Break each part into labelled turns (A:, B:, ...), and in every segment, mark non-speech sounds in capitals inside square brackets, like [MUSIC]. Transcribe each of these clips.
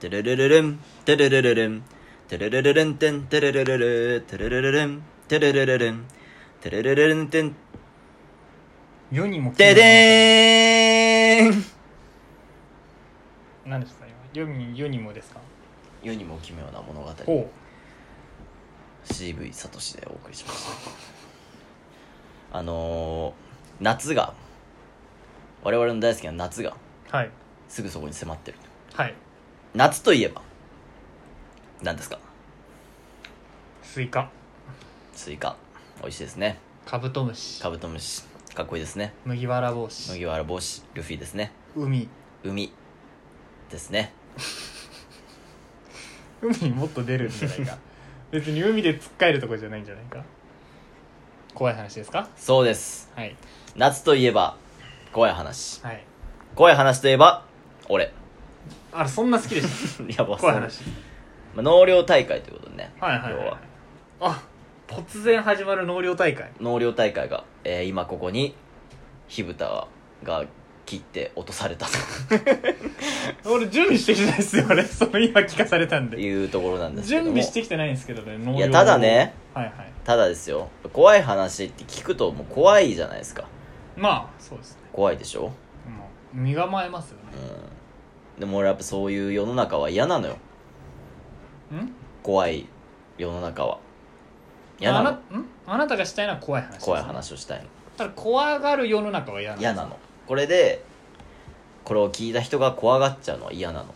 A: テレレレレンテレレレレンテレレレレンテンテレレレレテレレレレンテレレレレンテレレレレンテン
B: 世にも奇
A: テ
B: 妙
A: デーン
B: な何でした今世に世にもですか
A: 世にも奇妙な物語
B: ほ
A: CV サトシでお送りしましたあのー、夏が我々の大好きな夏が
B: うはい
A: すぐそこに迫ってる
B: はい
A: 夏といえば何ですか
B: スイカ
A: スイカ美味しいですね
B: カブトムシ
A: カブトムシかっこいいですね
B: 麦わら帽子
A: 麦わら帽子ルフィですね
B: 海
A: 海ですね
B: 海にもっと出るんじゃない
A: [LAUGHS]
B: か別に海で突っかえるとこじゃないんじゃないか怖い話ですか
A: そうです
B: はい
A: 夏といえば怖い話
B: はい
A: 怖い話といえば俺 [LAUGHS]
B: あそんな好きでし
A: やばそう
B: た怖い話
A: まあ、納涼大会ということでね
B: はいはいはい、
A: 要
B: はい
A: は、
B: あ突然始まる納涼大会
A: 納涼大会が、えー今ここに火蓋が切って落とされた
B: 俺準備してきてないですよ俺その今聞かされたん
A: と
B: で
A: いうところなんですけど
B: 準
A: も
B: 備してきてないんですけどね納涼
A: いやただね
B: はいはい
A: ただですよ怖い話って聞くともう怖いじゃないですか
B: まあそうですね
A: 怖いでしょ、
B: もう身構えますよ
A: うん、でも俺やっぱそういう世の中は嫌なのよ
B: ねん
A: 怖い世の中は嫌
B: あ
A: な
B: な
A: の
B: んあなたがしたいのは怖い話ですね
A: 怖い話をしたい
B: ただ怖がる世の中は嫌な
A: の
B: ん
A: 嫌なのこれでこれを聞いた人が怖がっちゃうのは嫌なの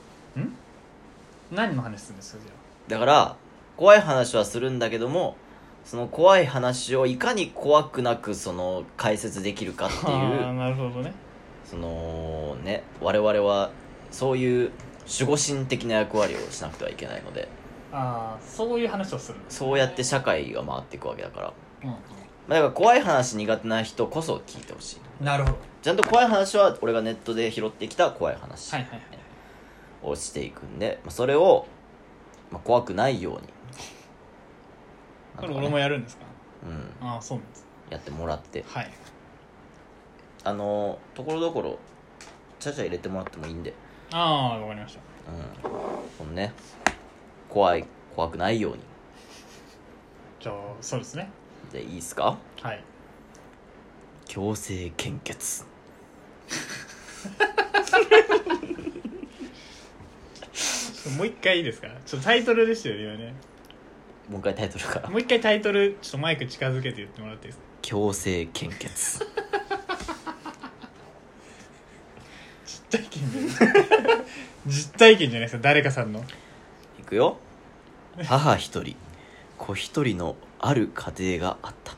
B: 何の話するんですかじ
A: だ
B: ゃ
A: から怖い話はするんだけどもその怖い話をいかに怖くなくその解説できるかって
B: ああー
A: いう
B: なるほどね
A: そのね我々はそういう守護神的な役割をしなくてはいけないので
B: ああそういう話をするんです、
A: そうやって社会が回っていくわけだからま
B: うん
A: あだから怖い話苦手な人こそ聞いてほしい
B: なるほど
A: ちゃんと怖い話は俺がネットで拾ってきた怖い話
B: はいはいはい
A: をしていくんで、まあ、それを、まあ、怖くないように
B: これ俺もやるんですか
A: うん、
B: ああそうなんです
A: やってもらって
B: はい
A: あのところどころちゃちゃ入れてもらってもいいんで
B: ああわかりました
A: うんこのね怖い怖くないように
B: じゃあそうですね
A: でいいっすか
B: はい
A: 強制献血
B: ちょっともう一回いいですかちょっとタイトルでしたよね今ね
A: もう一回タイトルから
B: もう一回タイトルちょっとマイク近づけて言ってもらっていいですか
A: 強制献血
B: 実体験じゃない [LAUGHS] 実体験じゃないですか誰かさんの
A: いくよ母一人子一人のある家庭があった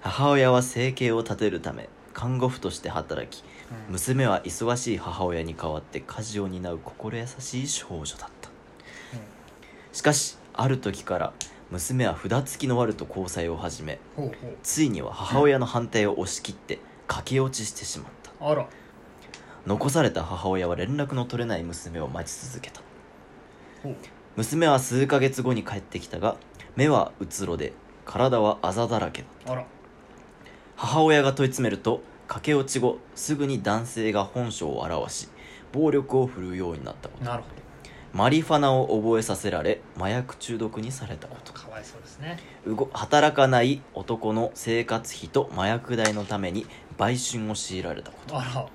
A: 母親は生計を立てるため看護婦として働き
B: うん
A: 娘は忙しい母親に代わって家事を担う心優しい少女だったしかしある時から娘は札付きのワルと交際を始め
B: ほうほ
A: ついには母親の反対を押し切って駆け落ちしてしまった
B: うあら
A: 残された母親は連絡の取れない娘を待ち続けた
B: ほう
A: 娘は数ヶ月後に帰ってきたが目はうつろで体はあざだらけだ
B: あら
A: 母親が問い詰めると駆け落ち後すぐに男性が本性を現し暴力を振るうようになったこと
B: なるほ
A: マリファナを覚えさせられ麻薬中毒にされたこと
B: どかわいそうですね
A: うご働かない男の生活費と麻薬代のために売春を強いられたこと
B: あ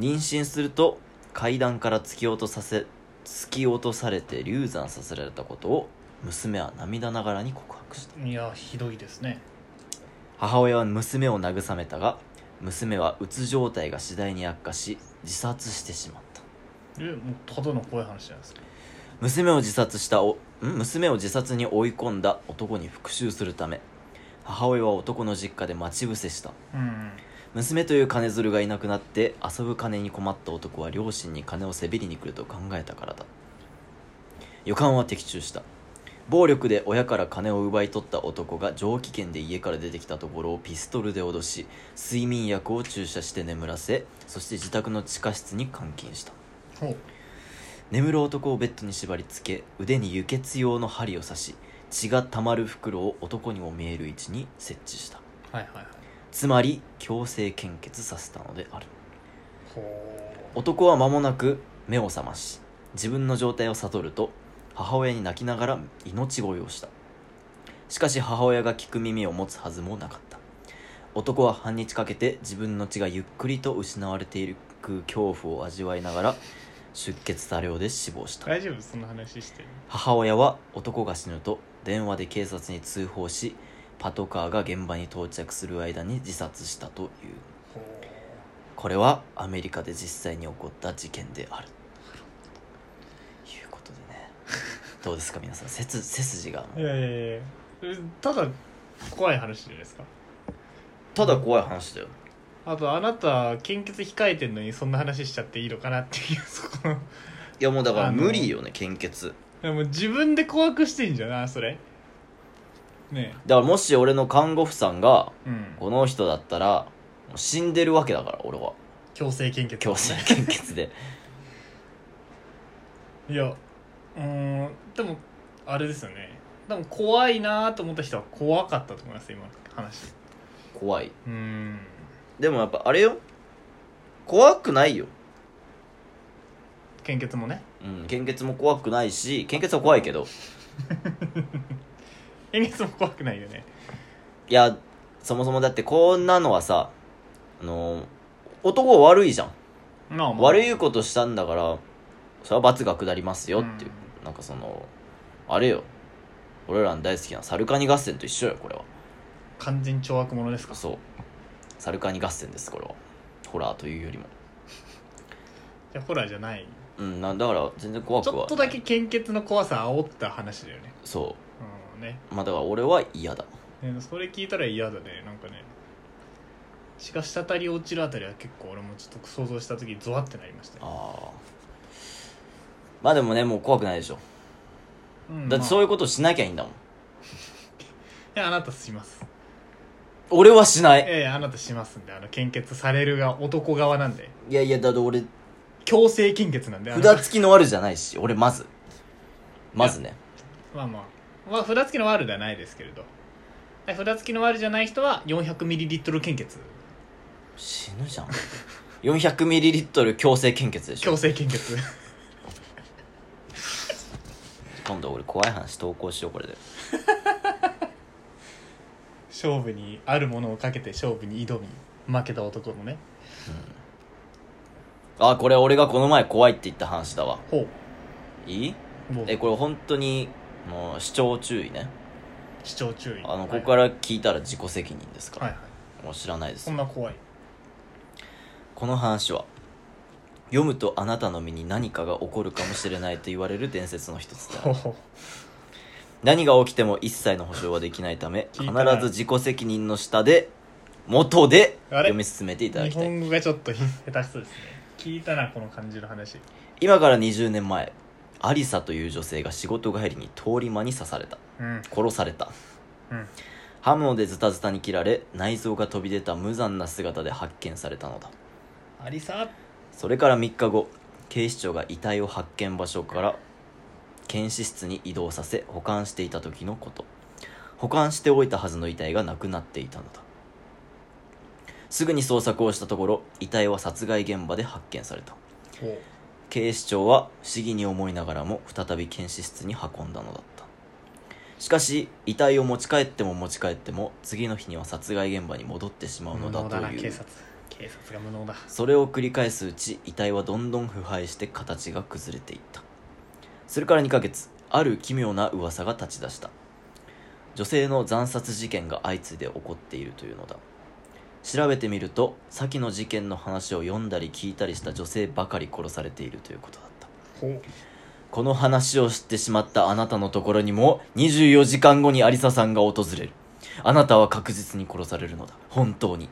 A: 妊娠すると階段から突き落とさせ突き落とされて流産させられたことを娘は涙ながらに告白した
B: らいやひどいですね
A: 母親は娘を慰めたが娘はうつ状態が次第に悪化し自殺してしまった
B: えもうただの怖い話じゃないですか
A: 娘を自殺したおん娘を自殺に追い込んだ男に復讐するため母親は男の実家で待ち伏せした
B: うん
A: 娘という金づるがいなくなって遊ぶ金に困った男は両親に金をせびりに来ると考えたからだ予感は的中した暴力で親から金を奪い取った男が上機嫌で家から出てきたところをピストルで脅し睡眠薬を注射して眠らせそして自宅の地下室に監禁した
B: ほう
A: 眠る男をベッドに縛り付け腕に輸血用の針を刺し血が溜まる袋を男にも見える位置に設置した
B: はいはいはい
A: つまり強制献血させたのである
B: ほ
A: 男は間もなく目を覚まし自分の状態を悟ると母親に泣きながら命乞いをしたしかし母親が聞く耳を持つはずもなかった男は半日かけて自分の血がゆっくりと失われていく恐怖を味わいながら出血多量で死亡した
B: 大丈夫その話して
A: 母親は男が死ぬと電話で警察に通報しパトカーが現場に到着する間に自殺したというこれはアメリカで実際に起こった事件であるということで
B: [LAUGHS]
A: ねどうですか皆さん背筋背筋が
B: いやいやいやただ怖い話じゃないですか
A: ただ怖い話だよ
B: あとあなた献血控えてんのにそんな話しちゃっていいのかなって [LAUGHS] いうそこのい
A: いやもうだから
B: あの
A: 無理よね献血
B: やもう自分で怖くしてんじゃなそれね
A: だからもし俺の看護婦さんが
B: えうん
A: この人だったらもう死んでるわけだから俺は
B: 強制献血
A: 強制献血
B: [LAUGHS]
A: で
B: いやうーんでもあれですよねでも怖いなと思った人は怖かったと思います今の話
A: 怖いう
B: ーん
A: でもやっぱあれよ怖くないよ、
B: 献血もね [LAUGHS]
A: うん、献血も怖くないし献血は怖いけど
B: 献血も怖くないよね
A: いやそもそもだってこんなのはさあの男は悪いじゃん、
B: まあまあ
A: 悪いことしたんだからそれは罰が下りますよっていう、なんかそのあれよ俺らの大好きなサルカニ合戦と一緒よこれは
B: 完全懲悪者ですか
A: そうサルカニ合戦ですこれはホラーというよりも
B: いやホラーじゃない
A: うんなんだから全然怖く
B: ち
A: は
B: ょっとだけ献血の怖さ煽った話だよね
A: そ
B: うんね
A: うまあだから俺は嫌だ
B: ねそれ聞いたら嫌だねなんかね血が滴り落ちるあたりは結構俺もちょっと想像した時ゾワってなりましたね
A: ああまあでもねもう怖くないでしょ
B: うん
A: だってそういう
B: ま
A: ことしなきゃいいんだもん
B: あいやあなたします
A: 俺はしない
B: いやいやあなたしますんであの献血されるが男側なんで
A: いやいやだって俺
B: 強制献血なんであの
A: 札付きの悪じゃないし俺まずまずね
B: まあまあ、まあ、札付きのワールではないですけれどはい札付きのワールじゃない人は 400ml 献血
A: 死ぬじゃん 400ml 強制献血でしょ
B: 強制献血
A: 今度俺怖い話投稿しようこれで
B: 勝負にあるものをかけて勝負に挑み負けた男のね
A: あこれ俺がこの前怖いって言った話だわ
B: ほ
A: いいう
B: もう
A: えこれ本当にもう視聴注意ね
B: 視聴注意
A: あの
B: は
A: こ
B: い
A: こから聞いたら自己責任ですから、
B: はいはい
A: もう知らないです
B: こんな怖い
A: この話は読むとあなたの身に何かが起こるかもしれないと言われる伝説の一つだ
B: ほうほう
A: 何が起きても一切の保証はできないため
B: 聞
A: 必
B: いたな
A: ず自己責任の下で元で
B: あれ
A: 読み進めていただ
B: 日
A: きたい
B: 本語がちょっとひ下手くそですね聞いたなこの感じの話
A: 今から20年前アリサという女性が仕事帰りに通り魔に刺された
B: うん
A: 殺された
B: うん
A: 刃物でズタズタに切られ内臓が飛び出た無残な姿で発見されたのだ
B: ありさ
A: それから3日後警視庁が遺体を発見場所から検視室に移動させ保管していた時のこと保管しておいたはずの遺体がなくなっていたのだすぐに捜索をしたところ遺体は殺害現場で発見された
B: ほう
A: 警視庁は不思議に思いながらも再び検視室に運んだのだったしかし遺体を持ち帰っても持ち帰っても次の日には殺害現場に戻ってしまうの
B: 無
A: だ
B: 能
A: と
B: だな
A: いう
B: 警察警察が無能だ
A: それを繰り返すうち遺体はどんどん腐敗して形が崩れていったそれから2ヶ月ある奇妙な噂が立ち出した女性の惨殺事件が相次いで起こっているというのだ調べてみると先の事件の話を読んだり聞いたりした女性ばかり殺されているということだった
B: ほう
A: この話を知ってしまったあなたのところにも24時間後にアリサさんが訪れるあなたは確実に殺されるのだ本当に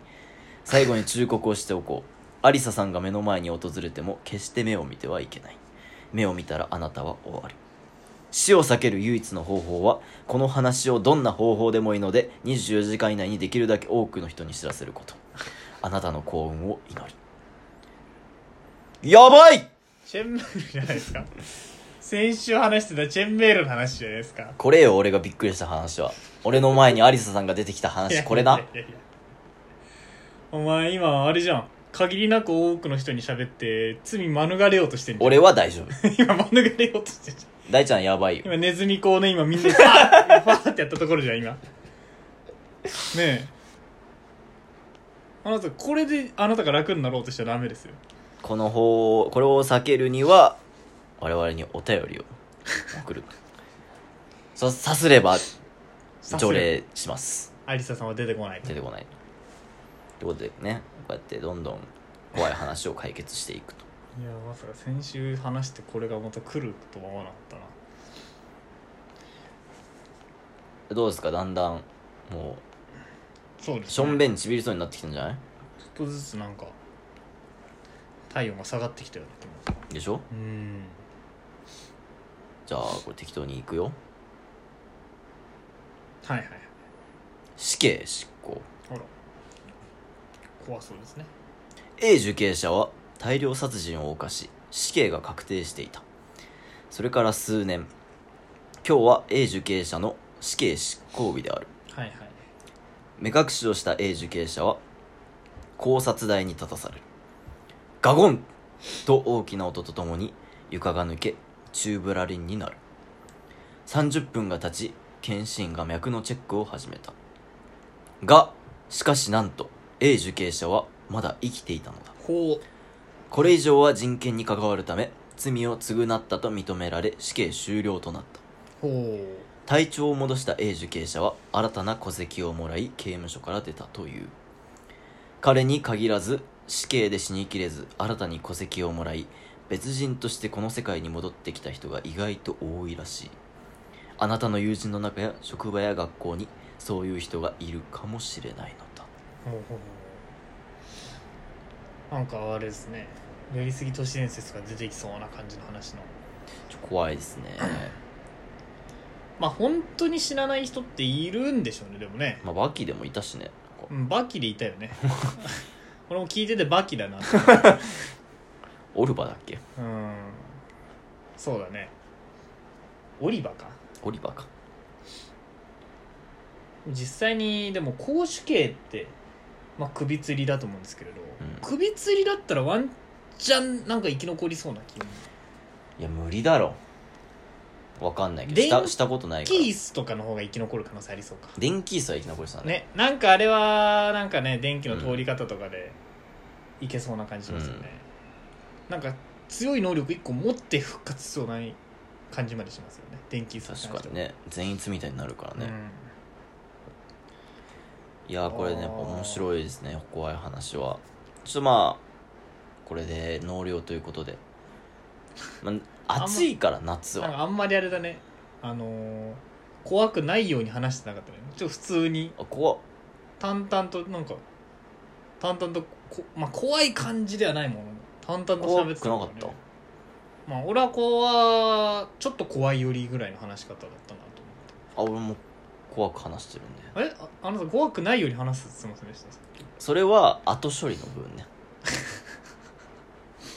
A: 最後に忠告をしておこうアリサさんが目の前に訪れても決して目を見てはいけない目を見たらあなたは終わる死を避ける唯一の方法はこの話をどんな方法でもいいので24時間以内にできるだけ多くの人に知らせることあなたの幸運を祈るやばい
B: チェンメールじゃないですか先週話してたチェンメールの話じゃないですか
A: これよ俺がびっくりした話は俺の前にアリサさんが出てきた
B: いや
A: 話これない
B: やいやいやお前今あれじゃん限りなく多くの人に喋って罪免れようとしてんじゃん
A: 俺は大丈夫
B: [LAUGHS] 今免れようとしてんじ
A: 大ちゃんやばい
B: ゃん
A: よ
B: 今ネズミ講ね今み
A: [LAUGHS]
B: んなファーファーってやったところじゃん今ねえあなたこれであなたが楽になろうとしちゃダメですよ
A: この方をこれを避けるには我々にお便りを送るささすれば
B: さすが
A: 除霊します
B: アリサさんは出てこない
A: 出てこないってことでねこうやってどんどん怖い話を解決していくと
B: いやまさか先週話してこれがまた来るとは思わなかったな
A: どうですかだんだんも
B: そうで
A: う
B: す
A: しょんべんちびりそうになってきたんじゃない
B: ちょっとずつなんか体温が下がってきたような気もする
A: でしょ
B: うん
A: じゃあこれ適当にいくよ
B: はいはいはい
A: 死刑執行
B: あら怖そうですね
A: A 受刑者は大量殺人を犯し死刑が確定していたそれから数年今日は A 受刑者の死刑執行日である
B: はいはい
A: 目隠しをした A 受刑者は考察台に立たされるガゴンと大きな音とともに床が抜けチューブラリンになる30分が経ち検診が脈のチェックを始めたがしかしなんと A 受刑者はまだ生きていたのだ
B: ほう
A: これ以上は人権に関わるため罪を償ったと認められ死刑終了となった
B: ほ
A: 体調を戻した A 受刑者は新たな戸籍をもらい刑務所から出たという彼に限らず死刑で死にきれず新たに戸籍をもらい別人としてこの世界に戻ってきた人が意外と多いらしいあなたの友人の中や職場や学校にそういう人がいるかもしれないのだ
B: うほうほうほうなんかあれですねやりすぎ都市伝説が出てきそうな感じの話の
A: ちょ怖いですね
B: まあ本当に知らない人っているんでしょうねでもね
A: まあバキでもいたしね
B: うんバキでいたよ [LAUGHS] ね俺も聞いててバキだなって
A: オルバだっけ
B: うんそうだねオリバか
A: オリバか
B: 実際にでも公主刑って、まあ、首吊りだと思うんですけれど、
A: ん
B: 首吊りだったらワンチャンなんか生き残りそうな気も
A: いや無理だろわかんないけど
B: 電
A: したしたことないか
B: キー
A: ら
B: スとかの方が生き残る可能性ありそうか
A: 電気椅子は生き残りしたね
B: ねなんかあれはなんかね電気の通り方とかでいけそうな感じしますよね、なんか強い能力1個持って復活しそうな感じまでしますよね電気椅子に関しては
A: 確かにね善逸みたいになるから
B: う
A: ね、
B: ん
A: いやーこれねやっぱ面白いですね怖い話はちょっとまあこれで納涼ということで、ま
B: ん
A: あ、
B: ま
A: 暑いから夏
B: なん
A: は
B: かあんまりあれだねあのー怖くないように話してなかったねちょっと普通に
A: あ怖っ
B: 淡々となんか淡々とこ、まあ、怖い感じではないものの淡々と喋
A: 怖
B: ってた
A: く
B: ん
A: な
B: だ
A: か
B: よ
A: っ
B: ね
A: た
B: まあ俺はこうはちょっと怖いよりぐらいの話し方だったなと
A: あ俺も怖く話してるんで
B: 思ってえああなた怖くないより話すってすいませんでしたさっき
A: それは後処理の部
B: [LAUGHS]
A: 分ね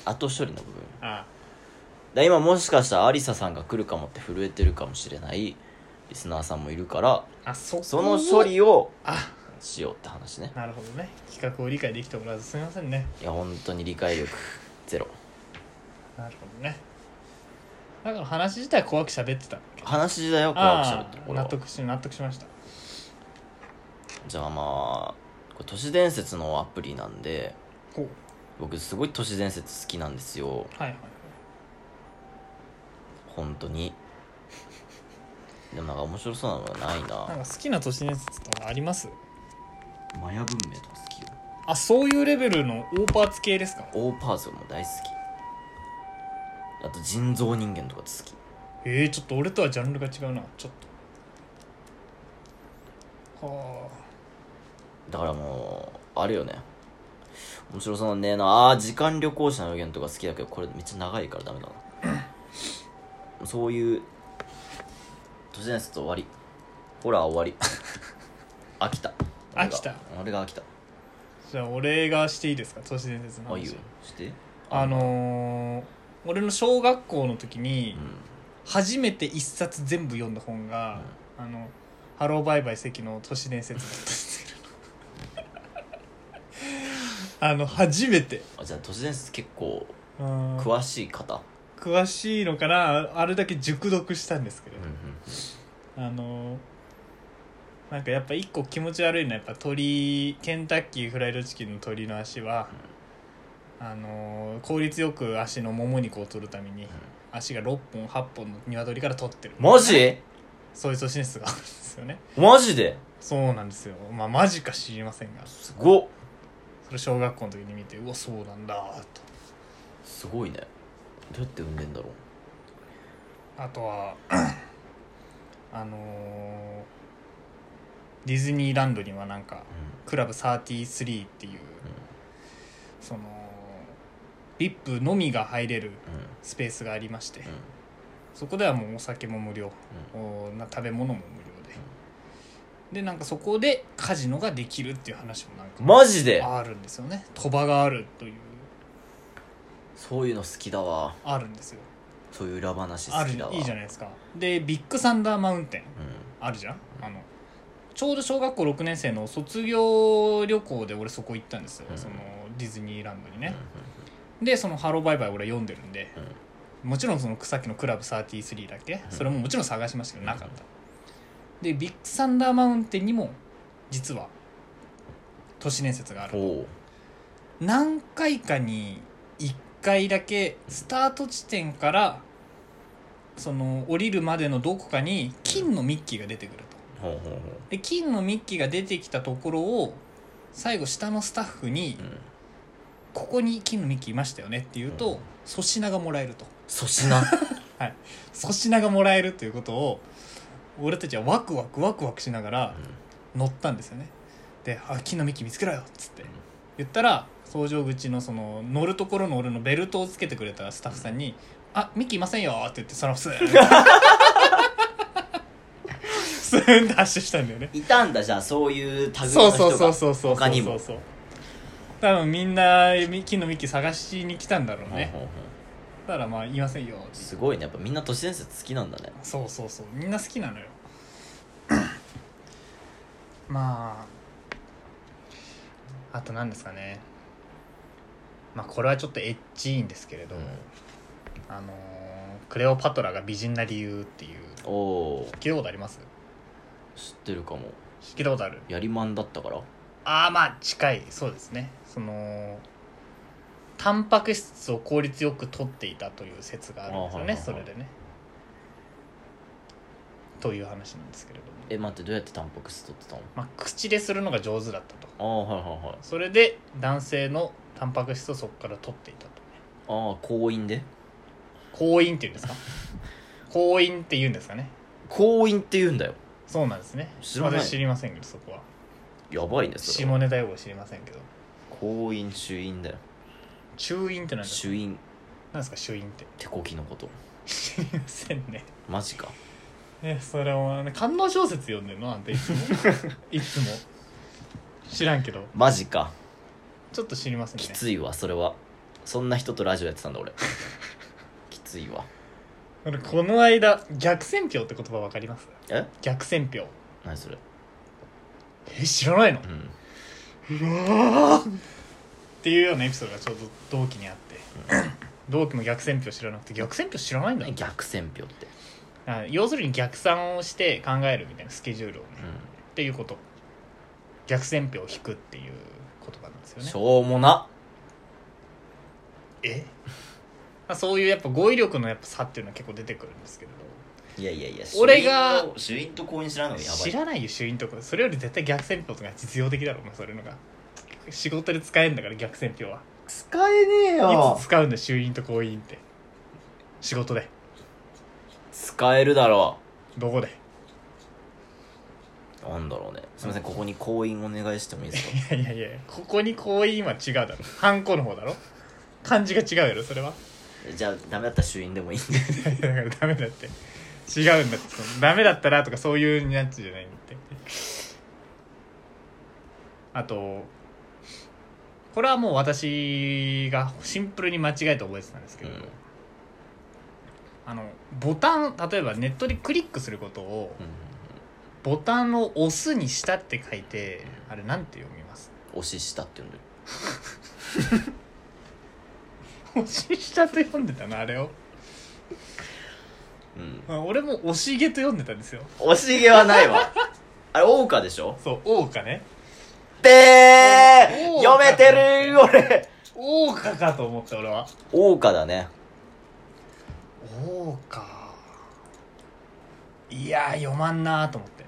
A: 後処理の部分
B: あ
A: だ今もしかしたらアリサさんが来るかもって震えてるかもしれないリスナーさんもいるから
B: あそこを
A: その処理を
B: あ
A: しようって話ね
B: なるほどね企画を理解できてもらわずすみませんね
A: いや本当に理解力ゼロ
B: なるほどねだから話自体怖く喋ってた
A: 話自体は怖くしゃべ
B: あ
A: ってる
B: あ
A: これ
B: 納
A: は
B: 得し納得しました
A: じゃあまあこれ都市伝説のアプリなんで
B: ほう
A: 僕すごい都市伝説好きなんですよ
B: はいはい
A: 本当にでもなんか面白そうなのがない
B: はい
A: な
B: なんか好きな都市伝説とかあります
A: マヤ文明とか好きよ
B: あそういうレベルの大パーツ系ですか
A: オーパーズも大好きあと人造人間とか好き
B: えー、ちょっと俺とはジャンルが違うなちょっとは
A: だからもうあれよね面白そうなんねえなあー時間旅行者の予言とか好きだけどこれめっちゃ長いからダメだ
B: [CLEARS THROAT]
A: なそういう都市伝説終わりホラー終わり [LAUGHS] 飽きた俺が
B: 飽きた
A: 俺が飽きた
B: あじゃあ俺がしていいですか都市伝説の
A: あいい
B: 話
A: よして
B: あのー、俺の小学校の時に
A: う
B: 初めて一冊全部読んだ本が「あのハローバイバイ関の都市伝説」だったんですけ
A: [LAUGHS]
B: どあの初めて
A: あじゃあ都市伝説結構
B: うん
A: 詳しい方、
B: 詳しいのかなああれだけ熟読したんですけど
A: うん、うん
B: あのなんかやっぱ一個気持ち悪いのはやっぱ鳥ケンタッキーフライドチキンの鳥の足は、あの効率よく足のもも肉を取るために、足が6本8本の鶏から取ってる
A: マジ
B: そういう都市伝説があるんですよね
A: マジで
B: そうなんですよまあマジか知りませんが
A: すごっ
B: それ小学校の時に見てうわそうなんだと
A: すごいねどうやって産んでんだろう
B: あとは [CLEARS THROAT] あのディズニーランドにはなんかクラブ33っていう、その VIP のみが入れる
A: うんうん
B: スペースがありまして、
A: うん
B: そこではもうお酒も無料、おな食べ物も無料で、でなんかそこでカジノができるっていう話もなんか
A: マジで
B: あるんですよね賭場があるという
A: そういうの好きだわ
B: あるんですよ
A: そういう裏話
B: あ
A: 好
B: る
A: きだわ
B: いいじゃないですかでビッグサンダーマウンテンあるじゃんあのちょうど小学校6年生の卒業旅行で俺そこ行ったんですよ、
A: うん
B: そのディズニーランドに
A: うん
B: ね、でその「ハローバイバイ」俺読んでるんで、もちろんそのさっきの「クラブ33」だけそれももちろん探しましたけどなかった、でビッグサンダーマウンテンにも実は都市伝説があ
A: うんうん
B: る
A: おおう
B: 何回かに1回だけスタート地点からその降りるまでのどこかに金のミッキーが出てくると
A: ほうほうほう
B: で金のミッキーが出てきたところを最後下のスタッフに
A: うん
B: 「ここに金のミッキーいましたよね」って言う
A: うん
B: と粗品がもらえると。
A: 粗品
B: 粗品がもらえるということを俺たちはワクワクワクワクしながら乗ったんですよねで「あ木の幹見つけろよ」っつって言ったら搭乗口のその乗るところの俺のベルトをつけてくれたスタッフさんに「あミキいませんよ」って言ってそのスー
A: [LAUGHS]
B: ンスーンって発射したんだよね
A: [LAUGHS] いたんだじゃあそういう類の人
B: そう
A: が
B: そうそうそうそう
A: 他に
B: そう
A: も
B: そう多分みんなミキのミキ探しに来たんだろうね
A: ほうほうほ
B: だからまあ「いませんよ」って
A: うすごいねやっぱみんな都市伝説好きなんだね
B: そうそうそうみんな好きなのよ [CLEARS THROAT] まああと何ですかねまあこれはちょっとエッチいんですけれど、あのークレオパトラが美人な理由っていう
A: おお
B: 聞いたことあります
A: 知ってるかも
B: 聞いたことある
A: やりまんだったから
B: ああまあ近いそうですねそのタンパク質を効率よく取っていたという説があるんですよね
A: あー
B: そ
A: はいはいは
B: れ
A: い
B: でねという話なんですけれども
A: え待ってどうやってタンパク質取ってたの
B: まあ、口でするのが上手だったと
A: ああはいはいはい
B: それで男性のタンパク質をそこから取っていたと
A: ああ行員で
B: 行員っていうんです [LAUGHS] か行員って言うんですかね
A: 行員って言うんだよ
B: そうなんですね
A: 知らない
B: 私知りませんけどそこは
A: やばいねそれは
B: 下ネタ用語知りませんけど
A: 行員衆院だよ
B: 中員って何ですか
A: 衆院
B: 何ですか衆員って
A: 手こきのこと
B: 知りませんね
A: マジか
B: えそれはね官能小説読んでるのあんたい [LAUGHS] つもいつも知らんけど
A: マジか
B: ちょっと知りませんね
A: きついわそれはそんな人とラジオやってたんだ俺 [LAUGHS] きついわ
B: 俺この間逆選票って言葉わかります
A: え
B: 逆選票
A: 何それ
B: え知らないの
A: うん
B: っていうようなエピソードがちょうど同期にあって、
A: [LAUGHS]
B: 同期も逆選票知らなくて逆選票知らないんだ
A: 何逆選票って
B: あ要するに逆算をして考えるみたいなスケジュールをね、
A: う
B: っ
A: ん
B: ていうこと逆選票を引くっていう言葉なんですよね
A: しょうもな
B: え、まあ、そういうやっぱ語彙力のやっぱ差っていうのは結構出てくるんですけれ
A: いやいやいや
B: 俺が
A: 主因と婚姻知らんの
B: ど
A: やば
B: 知
A: い
B: らないよ衆院とかそれより絶対逆選票とか実用的だろお前そういうのが仕事で使えんだから逆選票は
A: 使えねえ
B: いつ使うんだよ衆院と公員って仕事で
A: 使えるだろ
B: どこで
A: うなんだろうねすいませんここに行員お願いしてもいいですか [LAUGHS]
B: いやいやいやここに行員は違うだろハンコの方だろ漢字が違うやろそれは
A: じゃあダメだったら主因でもいいん [LAUGHS] で
B: いやだからダメだって違うんだってそのダメだったらとかそういうやつじゃないんだってあとこれはもう私がシンプルに間違えて覚えてたんですけど、
A: うん
B: あのボタン例えばネットでクリックすることを
A: うん
B: ボタンを押すにしたって書いてあれなんて読みます
A: 推ししたって言うんだよ
B: 押し下と読んでたなあれを、
A: うん
B: まあ、俺も押し毛と読んでたんですよ
A: 惜しげはないわ [LAUGHS] あれ桜花でしょ
B: そう桜花ね
A: でー
B: 桜
A: 読
B: 花
A: めてるー俺
B: 桜花かと思った俺は
A: 桜花だね
B: 桜花いやー読まんなーと思って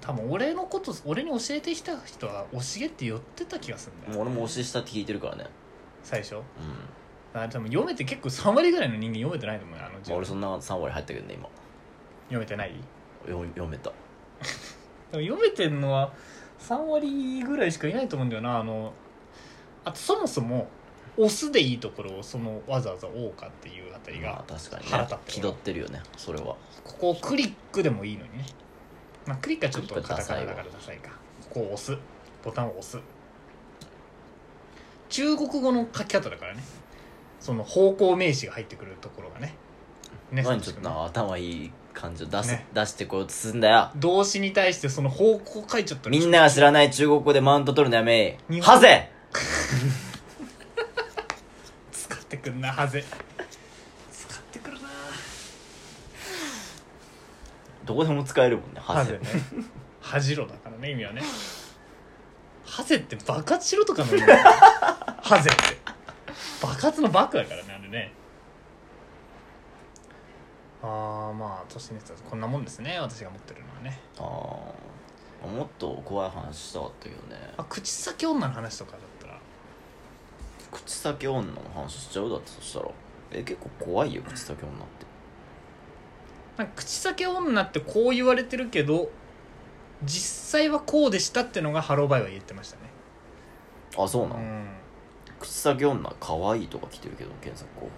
B: 多分俺のこと俺に教えてきた人は「おしげ」って言ってた気がするん
A: うんも
B: だ
A: う
B: よ
A: 俺も押し下って聞いてるからね
B: 最初
A: うん
B: あ多分読めて結構3割ぐらいの人間読めてないと思うよあの字
A: まあ俺そんな3割入ったけどね今
B: 読めてない
A: よ読めた
B: でも読めてんのは3割ぐらいしかいないと思うんだよなあのあとそもそもオスでいいところをそのわざわざ「おうか」っていうあたり
A: ま
B: が
A: あ確かにね
B: 腹立って
A: 気取ってるよねそれは
B: ここをクリックでもいいのにね、まあ、クリックはちょっと
A: クリック
B: カ
A: はダ
B: タカ
A: サい
B: ナ
A: わ
B: だからダサいかここを押すボタンを押す中国語の書き方だからねその方向名詞が入ってくるところがねね
A: 何ちょっと
B: その
A: な頭いい感じを出す、
B: ね
A: 出してこようとすんだよ
B: 動詞に対してその方向書いちゃったら
A: みんなが知らない中国語でマウント取るのやめ
B: 日
A: い
B: 本
A: ハゼ
B: 使ってくんなはぜ使ってくるな
A: どこでも使えるもんねハ
B: ハ
A: ゼ
B: ゼね恥じろだからね意味はねハゼって爆発しろとかの [LAUGHS] 意味だよハゼって爆発の爆だからねあれねああまあ年のやつはこんなもんですね私が持ってるのはね
A: あーもっと怖い話したかったけどね
B: あ口先女の話とかだったら
A: 口先女の話しちゃうだってそしたらえ結構怖いよ口先女って
B: なんか口先女ってこう言われてるけど実際はこうでしたってのがハローバイは言ってましたね
A: あそうな
B: う
A: の、
B: ん
A: 口先女可愛いとか来てるけど検索候補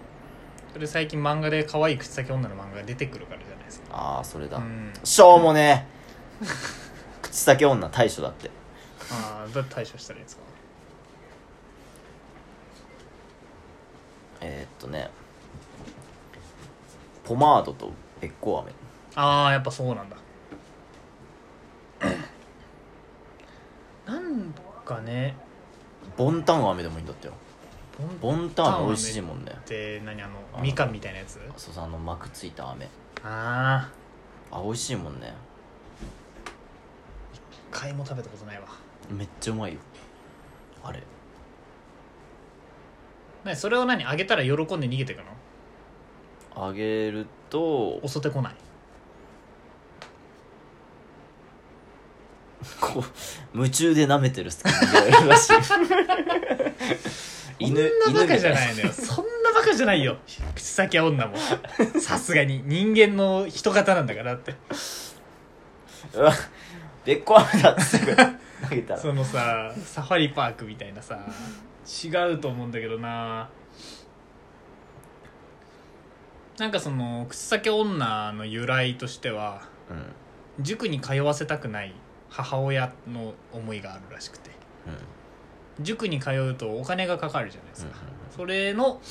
B: それ最近漫画で可愛い口先女の漫画が出てくるからじゃないですか
A: ああそれだ、
B: うん
A: しょうもねえ口先女大将だって
B: ああどう対処したらいいですか
A: えー、っとねポマードとべっこ飴
B: ああやっぱそうなんだなんかね
A: ボンタン飴でもいいんだってよ
B: ボン
A: ボンタン飴美味しいもんね
B: って何あの
A: あ
B: みかんみたいなやつ
A: そうそうあの膜ついた飴
B: ああ
A: あ美味しいもんね
B: 一回も食べたことないわ
A: めっちゃうまいよあれ
B: ねそれを何あげたら喜んで逃げてくの
A: あげると
B: 襲ってこない
A: こう夢中で舐めてる隙間があるら
B: [LAUGHS]
A: しい
B: そんなバカじゃ
A: 犬みた
B: ないのよそんなバカじゃないよ口先は女もさすがに人間の人型なんだからだって
A: うわべっこ飴だってすぐ投げたら
B: そのさサファリパークみたいなさ違うと思うんだけどななんかその口先女の由来としては
A: うんうん
B: 塾に通わせたくない母親の思いがあるらしくて塾に通うとお金がかかるじゃないですか、それの、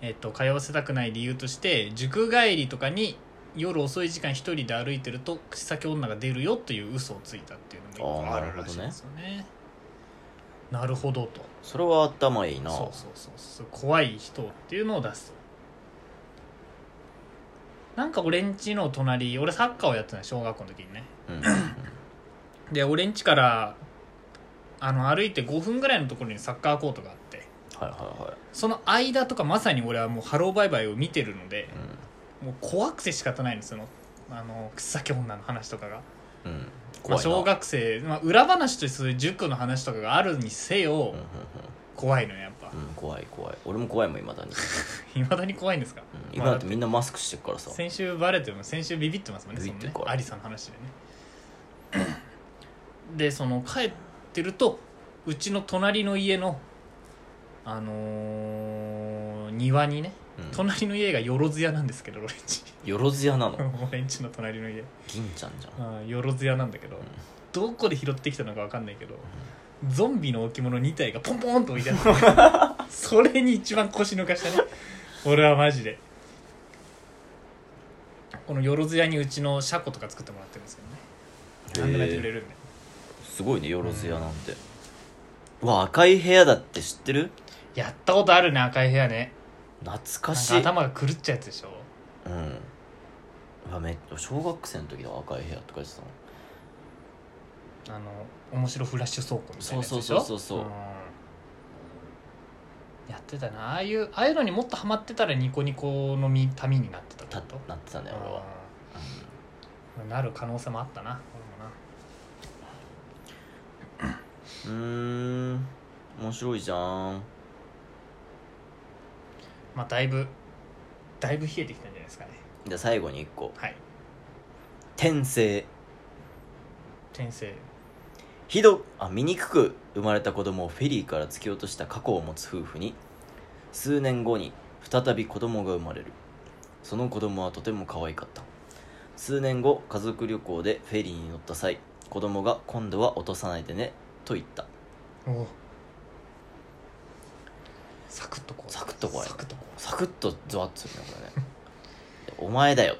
B: えっと、通わせたくない理由として塾帰りとかに夜遅い時間一人で歩いてると口先女が出るよという嘘をついたっていうのも一個あるらしいんですよね。なるほどと
A: それは頭いいな
B: そうそうそうそう怖い人っていうのを出すとなんか俺んちの隣俺サッカーをやってたの小学校の時にね [CLEARS THROAT]
A: うん
B: で俺んちからあの歩いて5分ぐらいのところにサッカーコートがあって
A: はいはいはい
B: その間とかまさに俺はもうハローバイバイを見てるのでもう怖くて仕方ないんですよあの口先女の話とかが、
A: うんうん
B: まあ、
A: 怖いな
B: 小学生、まあ、裏話として塾の話とかがあるにせよ、
A: うんうん
B: 怖いのよやっぱ [LAUGHS]
A: うんうん怖い怖い俺も怖いもんいまだに、
B: いまだに怖いんですか、
A: うん、今だってみんなマスクしてるからさ
B: 先週バレても先週ビビってますもんね
A: ビビってるから
B: そのねアリさんの話でね [CLEARS THROAT] でその帰ってるとうちの隣の家のあのー庭にね
A: うん
B: 隣の家がよろずやなんですけど俺んち
A: よろずやなの
B: 俺んちの隣の家
A: 銀ちゃんじゃん
B: あーよろずやなんだけど、どこで拾ってきたのか分かんないけど、ゾンビの置物2体がポンポンと置いてあってそれに一番腰抜かしたね俺はマジでこのよろずやにうちの車庫とか作ってもらってるんですけどね何でもやってくれるんで、
A: すごいねよろずやなんてわ赤い部屋だって知ってる
B: やったことあるね赤い部屋ね
A: 懐
B: な
A: か
B: ん
A: しい
B: か頭が狂っちゃうやつでしょ
A: うんうわめ小学生の時だ赤い部屋とか言ってたの
B: あの面白フラッシュ倉庫みたいなやつでし
A: そうそうそう
B: ょ
A: そうそうん
B: やってたなああいうああいうのにもっとハマってたらニコニコのみ民になってたって
A: た
B: こと
A: なってたんだよ俺は、
B: うんなる可能性もあったな俺もな
A: うん、うーん面白いじゃん
B: まあだいぶだいぶ冷えてきたんじゃないですかね
A: じゃあ最後に1個
B: はい
A: 転生
B: 転生
A: ひどあ醜く生まれた子供をフェリーから突き落とした過去を持つ夫婦に数年後に再び子供が生まれるその子供はとても可愛かった数年後家族旅行でフェリーに乗った際子供が今度は落とさないでねと言った
B: おおサクッとこう
A: サクッとこうや
B: サクッとこ
A: サクッとゾワッとするねこれね [LAUGHS] お前だよ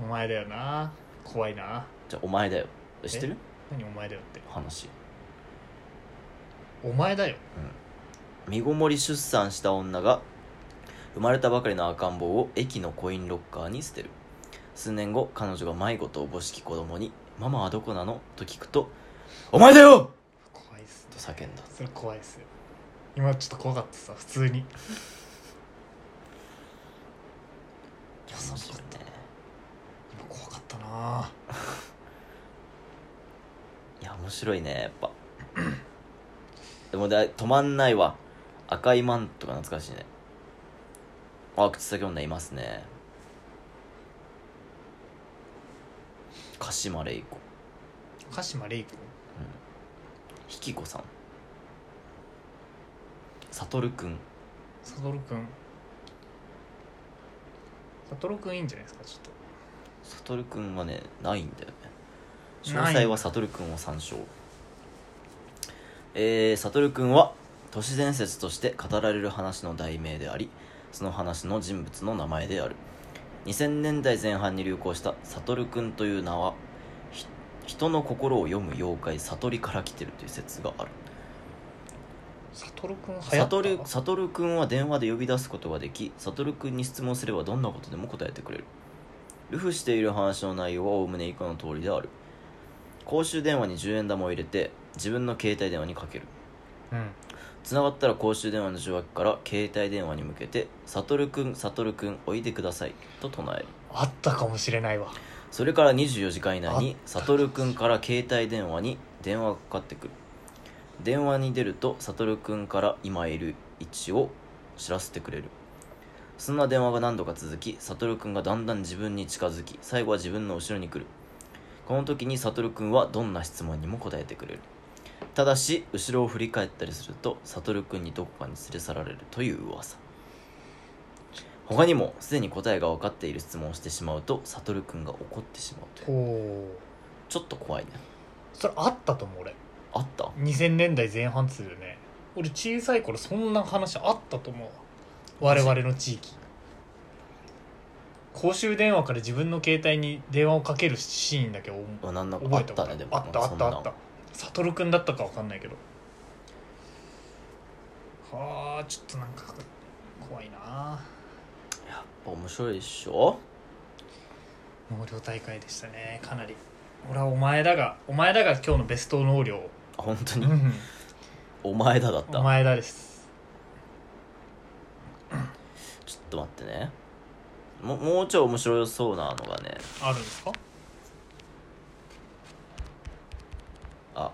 B: うお前だよな怖いな
A: じゃあお前だよ知ってる
B: 何お前だよって
A: 話
B: お前だよ
A: 身ごもり出産した女が生まれたばかりの赤ん坊を駅のコインロッカーに捨てる数年後彼女が迷子とおぼしき子供に「ママはどこなの?」と聞くと「お前だよ!
B: 怖いっす」ね
A: と叫んだ
B: それ怖いっすよ今ちょっと怖かったさ普通に
A: 面白いね
B: 今怖かったない
A: や面白いねやっぱでもだ止まんないわ赤いマントが懐かしいねあ口先女いますね鹿島玲子
B: 鹿島レイ君
A: ひきこさんさとるくん
B: サトル君サトル君いいんじゃないですかちょっと
A: さとるくんはねないんだよね詳
B: ない
A: 細はさとるくんを参照えー、さとるくんは都市伝説として語られる話の題名でありその話の人物の名前である2000年代前半に流行したさとるくんという名はひ人の心を読む妖怪悟りから来てるという説がある
B: サトル君流行った
A: サトルサトルくんは電話で呼び出すことができサトルくんに質問すればどんなことでも答えてくれるルフしている話の内容はおおむね以下の通りである公衆電話に10円玉を入れて自分の携帯電話にかける
B: うん
A: つながったら公衆電話の受話器から携帯電話に向けて「サトルくんサトルくんおいでください」と唱える
B: あったかもしれないわ
A: それから24時間以内に
B: あ
A: サトルくんから携帯電話に電話がかかってくる電話に出るとサトルくんから今いる位置を知らせてくれるそんな電話が何度か続きサトルくんがだんだん自分に近づき最後は自分の後ろに来るこの時にサトルくんはどんな質問にも答えてくれるただし後ろを振り返ったりするとサトルくんにどこかに連れ去られるという噂他にもすでに答えが分かっている質問をしてしまうとサトルくんが怒ってしまうという
B: ほう
A: ちょっと怖いね
B: それあったと思う俺
A: あった
B: 2000年代前半っつうよね俺小さい頃そんな話あったと思う我々の地域公衆電話から自分の携帯に電話をかけるシーンだけお
A: あなんだか
B: 覚
A: あ
B: え
A: ったたねでも
B: あったあ
A: そ
B: っ
A: ん
B: た
A: な
B: あった悟君だったかわかんないけどはあちょっとなんか怖いな
A: やっぱ面白いでしょ
B: 納涼大会でしたねかなり俺はお前だがお前だが今日のベスト納涼
A: あ本当
B: う
A: に
B: ん
A: お前だだった
B: お前だです
A: ちょっと待ってねももうちょい面白そうなのがね
B: あるんですか
A: あ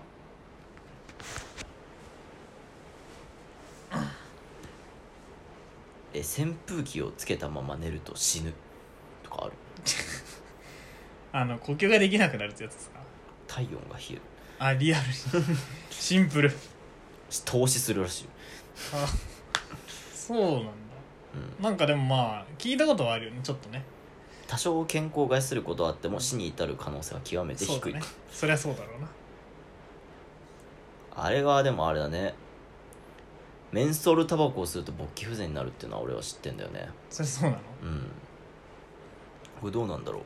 A: え扇風機をつけたまま寝ると死ぬとかある
B: あの呼吸ができなくなるってやつですか
A: 体温が冷える
B: あリア [LAUGHS] ルにシンプル
A: し投資するらしい
B: あそうなんだ、なんかでもまあ聞いたことはあるよねちょっとね
A: 多少健康を害することはあっても死に至る可能性は極めて
B: そう
A: 低い、
B: だねそりゃそうだろうな
A: あれがでもあれだねメンソールタバコを吸うと勃起不全になるっていうのは俺は知ってんだよね
B: そりゃそうなの
A: うんこれどうなんだろう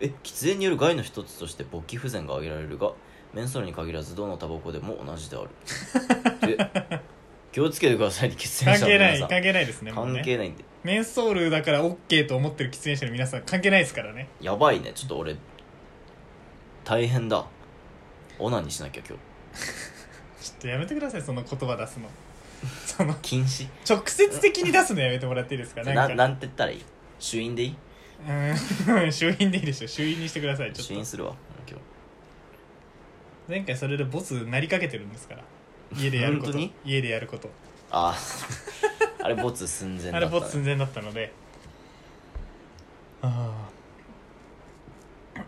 A: え喫煙による害の一つとして勃起不全が挙げられるがメンソールに限らずどのタバコでも同じである
B: [LAUGHS]
A: え気をつけてくださいって喫煙
B: 関
A: 者の
B: 係
A: 皆
B: ない
A: さん
B: 関係ないですねもう
A: 関
B: ね
A: 係ないんで
B: メンソールだから OK と思ってる喫煙者の皆さん関係ないですからね
A: やばいねちょっと俺大変だオナにしなきゃ今日
B: ちょっとやめてくださいその言葉出すの [LAUGHS] その
A: 禁止
B: 直接的に出すのやめてもらっていいですか
A: な
B: なんか
A: なんて言ったらいい主因でいい
B: うん [LAUGHS] 衆院でいいでしょ衆院にしてください
A: 主
B: ちょっ
A: 因
B: と
A: するわ今
B: 前回それでボスなりかけてるんですから家でやること
A: 本
B: 家でやること
A: 日あ [LAUGHS] ああれボツ寸前だ
B: あ
A: った、ね、
B: れボス寸前だったのであ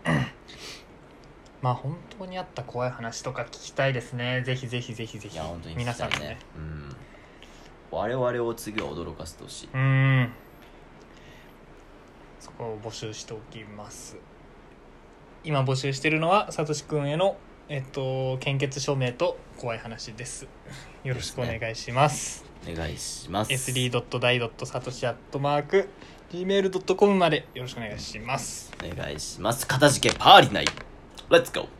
B: ー [COUGHS] まあ本当にあった怖い話とか聞きたいですねぜひぜひぜひぜ
A: い
B: ひ
A: や本当に
B: 皆
A: 聞き
B: さ
A: た
B: ん
A: い
B: も
A: ね
B: ね
A: うん我々を次は驚かせてほしいう
B: ーんそこを募集しておきます今募集してるのはさとしくんへのえっと献血証明と怖い話ですよろしくお願いします
A: お願いします
B: sd.dai.satoshi.gmail.com までよろしくお願いします
A: お願いしますかたじけパーリナイレッツゴー